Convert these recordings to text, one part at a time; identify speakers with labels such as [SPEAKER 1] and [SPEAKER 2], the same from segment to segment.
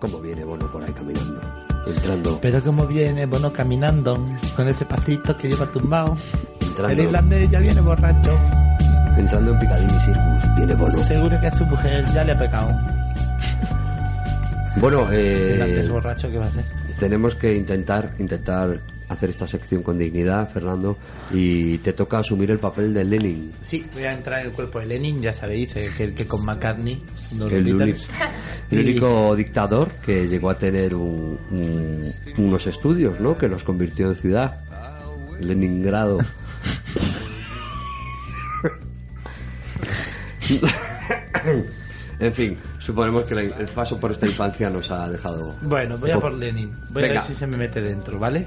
[SPEAKER 1] Como viene Bono por ahí caminando, entrando,
[SPEAKER 2] Pero como viene, bueno, caminando, con ese pastito que lleva tumbado. El
[SPEAKER 1] entrando,
[SPEAKER 2] irlandés ya viene borracho.
[SPEAKER 1] entrando en Piccadilly Circus. Viene Bono.
[SPEAKER 2] Seguro que a su mujer ya le ha pecado.
[SPEAKER 1] Eh. Bueno,
[SPEAKER 2] El irlandés
[SPEAKER 1] eh,
[SPEAKER 2] borracho que va a hacer.
[SPEAKER 1] tenemos que intentar intentar hacer esta sección con dignidad, Fernando, y te toca asumir el papel de Lenin.
[SPEAKER 2] Sí, voy a entrar en el cuerpo de Lenin, ya sabéis, eh, que el que con McCartney, no
[SPEAKER 1] El,
[SPEAKER 2] lo
[SPEAKER 1] único- el único dictador que llegó a tener un- un- unos estudios, ¿no? Que los convirtió en ciudad. Leningrado. en fin, suponemos que la- el paso por esta infancia nos ha dejado.
[SPEAKER 2] Bueno, voy a por Lenin. Voy
[SPEAKER 1] Venga.
[SPEAKER 2] a ver si se me mete dentro, ¿vale?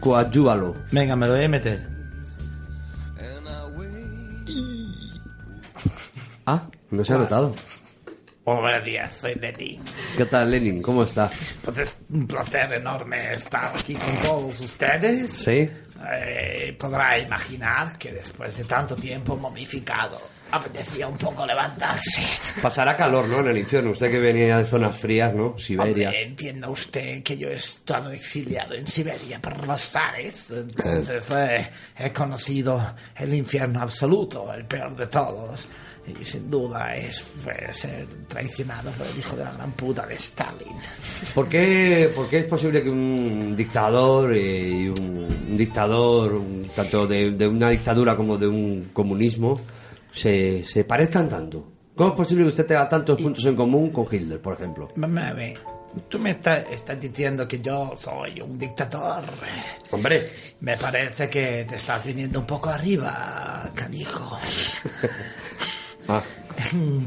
[SPEAKER 1] Coadyúvalo.
[SPEAKER 2] Venga, me lo voy a meter.
[SPEAKER 1] Ah, no se ha notado.
[SPEAKER 2] Buenos días, soy Lenin.
[SPEAKER 1] ¿Qué tal, Lenin? ¿Cómo está?
[SPEAKER 2] Pues es un placer enorme estar aquí con todos ustedes.
[SPEAKER 1] ¿Sí?
[SPEAKER 2] Eh, podrá imaginar que después de tanto tiempo momificado, apetecía un poco levantarse.
[SPEAKER 1] Pasará calor, ¿no? En el infierno. Usted que venía de zonas frías, ¿no? Siberia.
[SPEAKER 2] Hombre, entienda usted que yo he estado exiliado en Siberia por los zares. Entonces eh, he conocido el infierno absoluto, el peor de todos. Y sin duda es fue ser traicionado por el hijo de la gran puta de Stalin.
[SPEAKER 1] ¿Por qué, por qué es posible que un dictador eh, y un, un dictador, un- tanto de, de una dictadura como de un comunismo, se, se parezcan tanto? ¿Cómo es posible que usted tenga tantos puntos en común con Hitler, por ejemplo?
[SPEAKER 2] Mamá, a ver, tú me estás, estás diciendo que yo soy un dictador.
[SPEAKER 1] Hombre,
[SPEAKER 2] Me parece que te estás viniendo un poco arriba, canijo.
[SPEAKER 1] ah,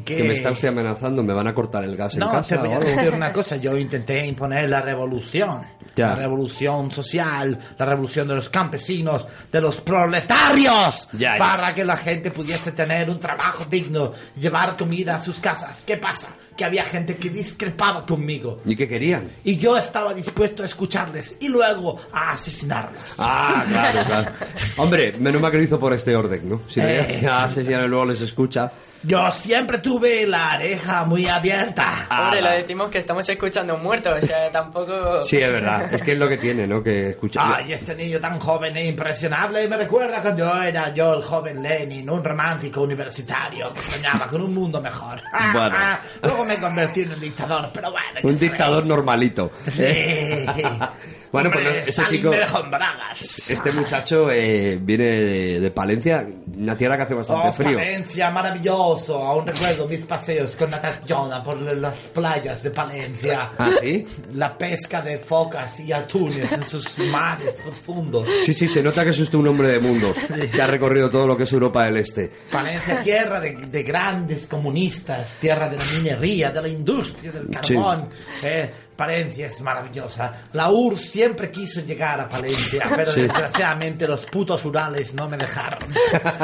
[SPEAKER 2] Que
[SPEAKER 1] que me está usted amenazando, me van a cortar el gas en
[SPEAKER 2] No, te
[SPEAKER 1] casa.
[SPEAKER 2] voy
[SPEAKER 1] o
[SPEAKER 2] a
[SPEAKER 1] algo.
[SPEAKER 2] decir una cosa. Yo intenté imponer la revolución.
[SPEAKER 1] Ya.
[SPEAKER 2] La revolución social, la revolución de los campesinos, de los proletarios.
[SPEAKER 1] Ya, ya.
[SPEAKER 2] Para que la gente pudiese tener un trabajo digno, llevar comida a sus casas. ¿Qué pasa? Que había gente que discrepaba conmigo.
[SPEAKER 1] ¿Y qué querían?
[SPEAKER 2] Y yo estaba dispuesto a escucharles y luego a asesinarlos.
[SPEAKER 1] Ah, claro, claro. Hombre, menos mal que lo hizo por este orden, ¿no? Si no,
[SPEAKER 2] Eh.
[SPEAKER 1] ya asesinan y luego les escucha.
[SPEAKER 2] Yo siempre tuve la oreja muy abierta.
[SPEAKER 1] Ah,
[SPEAKER 3] Hombre, lo
[SPEAKER 1] va.
[SPEAKER 3] decimos que estamos escuchando un muerto, o sea, tampoco...
[SPEAKER 1] Sí, es verdad. Es que es lo que tiene, ¿no? Que escucha.
[SPEAKER 2] Ay, este niño tan joven e impresionable me recuerda cuando yo era yo el joven Lenin, un romántico universitario que soñaba con un mundo mejor.
[SPEAKER 1] Bueno.
[SPEAKER 2] Luego me convertí en un dictador, pero bueno. ¿qué
[SPEAKER 1] Un
[SPEAKER 2] sabes?
[SPEAKER 1] dictador normalito.
[SPEAKER 2] Sí.
[SPEAKER 1] Bueno,
[SPEAKER 2] Hombre,
[SPEAKER 1] pues no, ese
[SPEAKER 2] Stalin
[SPEAKER 1] chico-
[SPEAKER 2] me dejó en bragas.
[SPEAKER 1] Este muchacho eh, viene de, de Palencia, una tierra que hace bastante
[SPEAKER 2] Oh,
[SPEAKER 1] frío.
[SPEAKER 2] Palencia, maravilloso. Aún recuerdo mis paseos con natación por las playas de Palencia.
[SPEAKER 1] ¿Ah, sí?
[SPEAKER 2] La pesca de focas y atunes en sus mares profundos.
[SPEAKER 1] Sí, sí, se nota que es usted un hombre de mundo, que ha recorrido todo lo que es Europa del Este.
[SPEAKER 2] Palencia, tierra de, de grandes comunistas, tierra de la minería, de la industria, del carbón. Eh, Palencia es maravillosa. La URSS siempre quiso llegar a Palencia, pero
[SPEAKER 1] Sí.
[SPEAKER 2] desgraciadamente los putos Urales no me dejaron.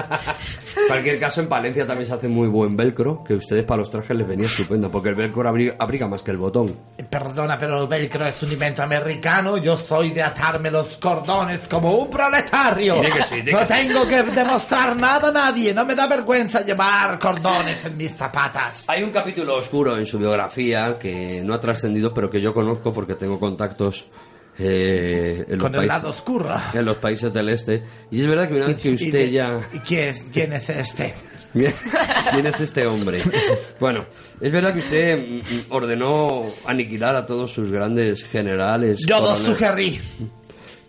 [SPEAKER 1] En cualquier caso, en Palencia también se hace muy buen velcro, que ustedes para los trajes les venía estupendo, porque el velcro abri- abriga más que el botón.
[SPEAKER 2] Eh, Perdona, pero el velcro es un invento americano. Yo soy de atarme los cordones como un proletario.
[SPEAKER 1] Di que sí, di
[SPEAKER 2] no
[SPEAKER 1] que sí.
[SPEAKER 2] tengo que demostrar nada a nadie. No me da vergüenza llevar cordones en mis zapatas.
[SPEAKER 1] Hay un capítulo oscuro en su biografía que no ha trascendido, pero que yo conozco porque tengo contactos eh, en, los
[SPEAKER 2] Con el
[SPEAKER 1] países,
[SPEAKER 2] lado oscuro.
[SPEAKER 1] en los países del este. Y es verdad que una vez que
[SPEAKER 2] ¿Y
[SPEAKER 1] usted
[SPEAKER 2] de-
[SPEAKER 1] ya...
[SPEAKER 2] y quién es, quién es este?
[SPEAKER 1] Bien. ¿Quién es este hombre? Bueno, es verdad que usted mm, mm, ordenó aniquilar a todos sus grandes generales
[SPEAKER 2] Yo lo
[SPEAKER 1] coroneles,
[SPEAKER 2] sugerí.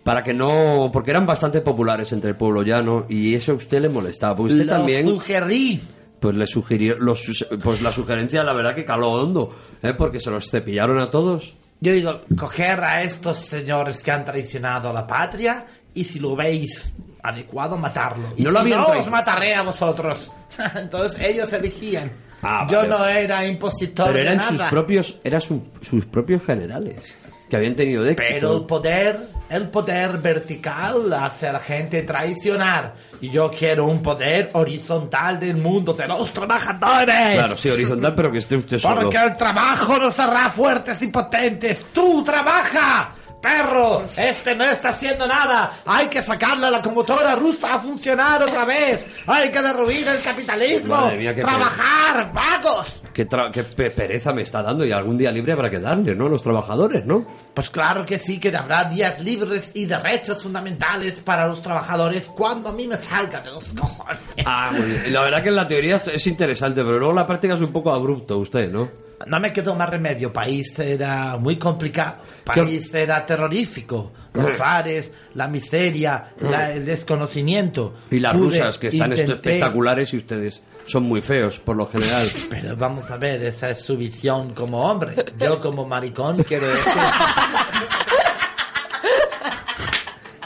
[SPEAKER 1] para que no, porque eran bastante populares entre el pueblo llano y eso a usted le molestaba. Porque usted
[SPEAKER 2] Lo
[SPEAKER 1] también,
[SPEAKER 2] sugerí.
[SPEAKER 1] pues le sugirió, los sus- pues la sugerencia la verdad que caló hondo, ¿eh? porque se los cepillaron a todos.
[SPEAKER 2] Yo digo, coger a estos señores que han traicionado a la patria y si lo veis adecuado, matarlo. Y
[SPEAKER 1] No
[SPEAKER 2] si
[SPEAKER 1] lo habían
[SPEAKER 2] no,
[SPEAKER 1] traído.
[SPEAKER 2] os mataré a vosotros. Entonces ellos elegían.
[SPEAKER 1] Ah,
[SPEAKER 2] Yo
[SPEAKER 1] vale.
[SPEAKER 2] no era impositor
[SPEAKER 1] Pero
[SPEAKER 2] de
[SPEAKER 1] eran
[SPEAKER 2] nada.
[SPEAKER 1] sus propios, eran su- sus propios generales que habían tenido éxito.
[SPEAKER 2] Pero pues, el poder, el poder vertical hace a la gente traicionar. Y yo quiero un poder horizontal del mundo de los trabajadores.
[SPEAKER 1] Claro, sí, horizontal, pero que esté usted solo.
[SPEAKER 2] Porque el trabajo nos hará fuertes y potentes. ¡Tú trabaja! ¡Perro! Este no está haciendo nada. Hay que sacar la locomotora rusa a funcionar otra vez. Hay que derruir el capitalismo.
[SPEAKER 1] Madre mía, qué
[SPEAKER 2] Trabajar, vagos.
[SPEAKER 1] Qué, tra- qué pe- pereza me está dando y algún día libre habrá que darle, ¿no? A los trabajadores, ¿no?
[SPEAKER 2] Pues claro que sí, que habrá días libres y derechos fundamentales para los trabajadores cuando a mí me salga de los cojones.
[SPEAKER 1] Ah, muy bien. La verdad que en la teoría es interesante, pero luego en la práctica es un poco abrupto usted, ¿no?
[SPEAKER 2] No me quedó más remedio. País era muy complicado. País era terrorífico.
[SPEAKER 1] Eh.
[SPEAKER 2] Los ares, la miseria, la- el desconocimiento.
[SPEAKER 1] Y las
[SPEAKER 2] Pude,
[SPEAKER 1] rusas, que están esto-
[SPEAKER 2] intenté,
[SPEAKER 1] espectaculares y ustedes son muy feos, por lo general.
[SPEAKER 2] Pero vamos a ver, esa es su visión como hombre. Yo como maricón quiero decir...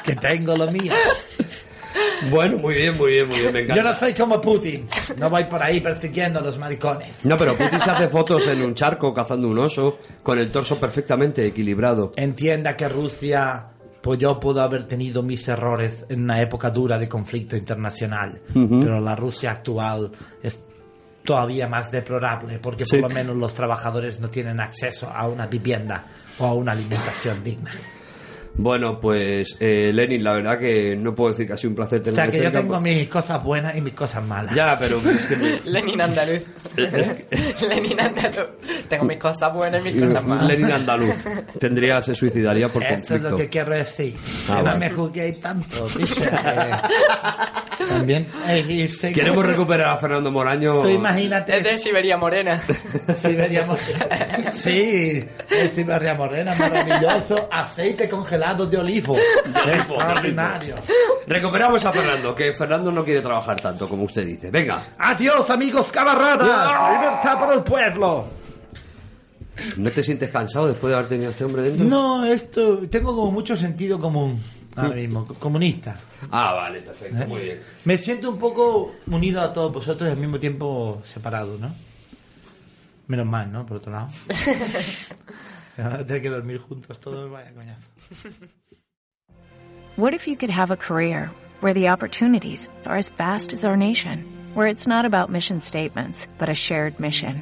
[SPEAKER 2] que tengo lo mío.
[SPEAKER 1] bueno, muy bien, muy bien, muy bien, me encanta.
[SPEAKER 2] Yo no soy como Putin. No voy por ahí persiguiendo a los maricones.
[SPEAKER 1] No, pero Putin se hace fotos en un charco cazando un oso con el torso perfectamente equilibrado.
[SPEAKER 2] Entienda que Rusia, pues yo puedo haber tenido mis errores en una época dura de conflicto internacional, pero la Rusia actual es todavía más deplorable porque
[SPEAKER 1] Sí.
[SPEAKER 2] por lo menos los trabajadores no tienen acceso a una vivienda o a una alimentación digna.
[SPEAKER 1] Bueno, pues eh, Lenin, la verdad que no puedo decir que ha sido un placer
[SPEAKER 2] O
[SPEAKER 1] tener
[SPEAKER 2] sea que yo tengo mis cosas buenas y mis cosas malas.
[SPEAKER 1] Ya, pero es que me-
[SPEAKER 3] Lenin andaluz. Lenin andaluz. Tengo mis cosas buenas y mis cosas malas.
[SPEAKER 1] Lenin andaluz tendría se suicidaría por
[SPEAKER 2] Eso es
[SPEAKER 1] conflicto.
[SPEAKER 2] lo que quiero decir.
[SPEAKER 1] Ah,
[SPEAKER 2] que
[SPEAKER 1] vale.
[SPEAKER 2] no me juzguéis tanto, bicho, que- También. eh, y sé que-
[SPEAKER 1] Queremos recuperar a Fernando Moraño.
[SPEAKER 2] Tú imagínate
[SPEAKER 3] Es de Siberia Morena.
[SPEAKER 2] Siberia Morena. Sí, el Siberia Morena, maravilloso. Aceite congelado de olivo. Extraordinario.
[SPEAKER 1] Recuperamos a Fernando, que Fernando no quiere trabajar tanto como usted dice. Venga.
[SPEAKER 2] Adiós, amigos camaradas. Libertad para el pueblo.
[SPEAKER 1] ¿No te sientes cansado después de haber tenido a este hombre dentro?
[SPEAKER 2] No, esto tengo como mucho sentido común ahora mismo, co- comunista.
[SPEAKER 1] Ah, vale, perfecto, muy bien.
[SPEAKER 2] Me siento un poco unido a todos vosotros y al mismo tiempo separado, ¿no? Menos mal, ¿no? Por otro lado. Ahora Tener que dormir juntos todos, vaya coñazo.
[SPEAKER 4] What if you could have a career where the opportunities are as vast as our nation, where it's not about mission statements, but a shared mission?